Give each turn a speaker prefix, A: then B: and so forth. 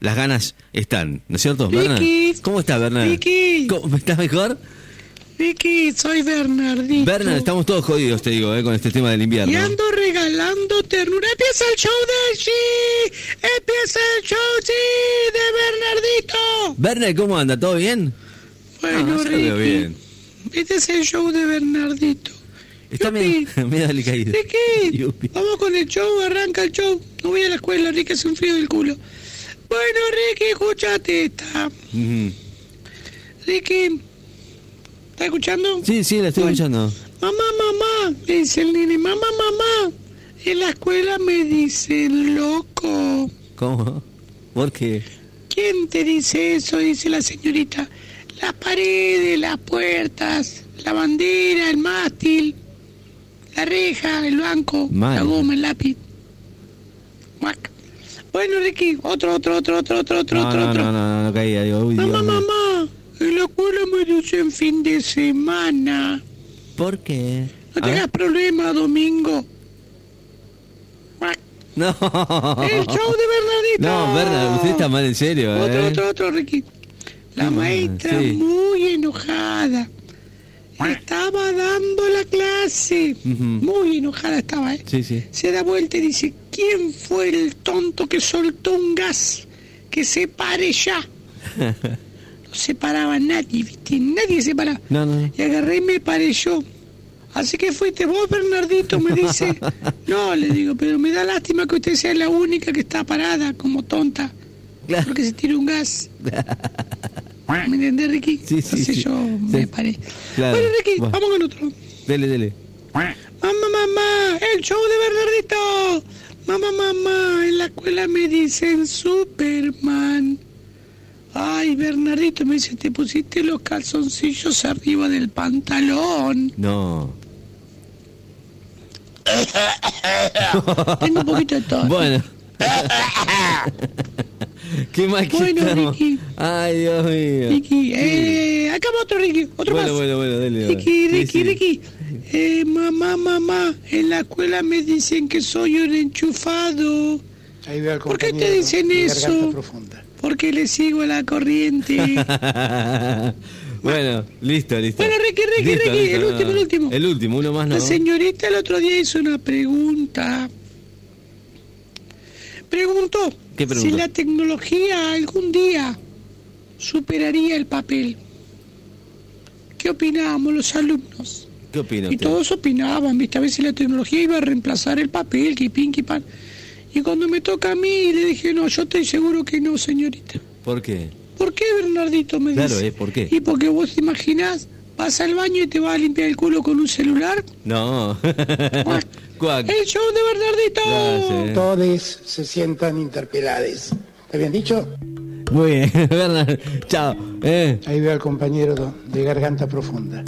A: las ganas están, ¿no es cierto, Bernard?
B: Ricky.
A: ¿Cómo estás, Bernard?
B: Ricky.
A: ¿Cómo- ¿Estás mejor?
B: Vicky, soy Bernardito.
A: Bernard, estamos todos jodidos, te digo, eh, con este tema del invierno.
B: Y ando regalando ternura. Empieza el show de sí. Empieza el show sí de Bernardito.
A: Bernard, ¿cómo anda? ¿Todo bien?
B: Bueno,
A: Ah, yo lo veo
B: Ricky.
A: bien.
B: Este es el show de Bernardito.
A: Está
B: Yupi.
A: medio, medio alicaído.
B: Ricky,
A: Yupi.
B: vamos con el show, arranca el show. No voy a la escuela, Ricky, hace un frío del culo. Bueno, Ricky, escúchate esta.
A: Ujú.
B: Ricky, ¿está escuchando?
A: Sí, sí, la estoy
B: Bueno.
A: escuchando.
B: Mamá, mamá, me dice el nene, mamá, mamá. En la escuela me dicen loco.
A: ¿Cómo? ¿Por qué?
B: ¿Quién te dice eso? Dice la señorita. Las paredes, las puertas, la bandera, el mástil, la reja, el banco,
A: Mal.
B: la goma, el lápiz. Guac. Bueno, Ricky, otro, otro, otro, otro, otro, otro,
A: No,
B: otro,
A: no,
B: otro.
A: no, no, no caía, digo, uy,
B: mamá,
A: Dios mío.
B: mamá, en la escuela me dicen fin de semana.
A: ¿Por qué?
B: No
A: A ver.
B: tengas problema, domingo. Guac.
A: No.
B: El show de
A: Ah.
B: Bernadita.
A: No, Bernard, usted está mal en serio,
B: Otro,
A: ¿eh?
B: otro, otro, Ricky. La
A: Ah,
B: maestra
A: sí.
B: muy enojada. Estaba dando la clase.
A: Ujú.
B: Muy enojada estaba, ¿eh?
A: Sí, sí.
B: Se da vuelta y dice, ¿quién fue el tonto que soltó un gas? Que se pare ya. No se paraba nadie, ¿viste? Nadie se paraba.
A: No, no, no.
B: Y agarré y me paré yo. Así que fuiste vos, Bernardito, me dice. No, le digo, pero me da lástima que usted sea la única que está parada como tonta.
A: Claro.
B: Porque se tira un gas. ¿Me entendés, Ricky?
A: Sí, sí,
B: Entonces
A: sí.
B: yo
A: Sí.
B: me paré.
A: Claro.
B: Bueno, Ricky,
A: Bueno.
B: vamos con otro.
A: Dele, dele.
B: Mamá, mamá, el show de Bernardito. Mamá, mamá, en la escuela me dicen Superman. Ay, Bernardito, me dice, te pusiste los calzoncillos arriba del pantalón.
A: No.
B: Tengo un poquito de todo.
A: Bueno. Qué mal que
B: Bueno,
A: estamos.
B: Ricky.
A: Ay, Dios mío.
B: Ricky, eh, acá va otro Ricky, otro
A: Bueno,
B: más.
A: bueno, bueno, dele. dele.
B: Ricky,
A: Sí,
B: Ricky,
A: sí.
B: Ricky. Eh, mamá, mamá, en la escuela me dicen que soy un enchufado.
C: Ahí veo al
B: ¿Por qué te
C: compañero
B: dicen
C: de
B: eso?
C: garganta profunda.
B: Porque le sigo la corriente.
A: bueno, listo, listo.
B: Bueno, Ricky, Ricky,
A: Listo,
B: Ricky,
A: listo,
B: el
A: no,
B: último,
A: no.
B: el último.
A: El último, uno más no.
B: La señorita el otro día hizo una pregunta. Preguntó
A: ¿Qué preguntó?
B: si la tecnología algún día superaría el papel. ¿Qué opinábamos los alumnos?
A: ¿Qué opina
B: Y
A: usted?
B: todos opinaban, ¿viste? A ver si la tecnología iba a reemplazar el papel, que pin, que pan. Y cuando me toca a mí, le dije, no, yo estoy seguro que no, señorita.
A: ¿Por qué?
B: ¿Por qué, Bernardito? Me
A: Claro,
B: dice.
A: ¿eh? ¿Por qué?
B: Y porque vos te imaginás, vas al baño y te vas a limpiar el culo con un celular.
A: No.
B: Cuac.
A: Cuac.
B: ¡El show de Bernardito!
A: Gracias.
C: Todos se sientan interpelados. ¿Está bien dicho?
A: Muy bien, Bernard. Chao. Eh.
C: Ahí veo al compañero do- de garganta profunda.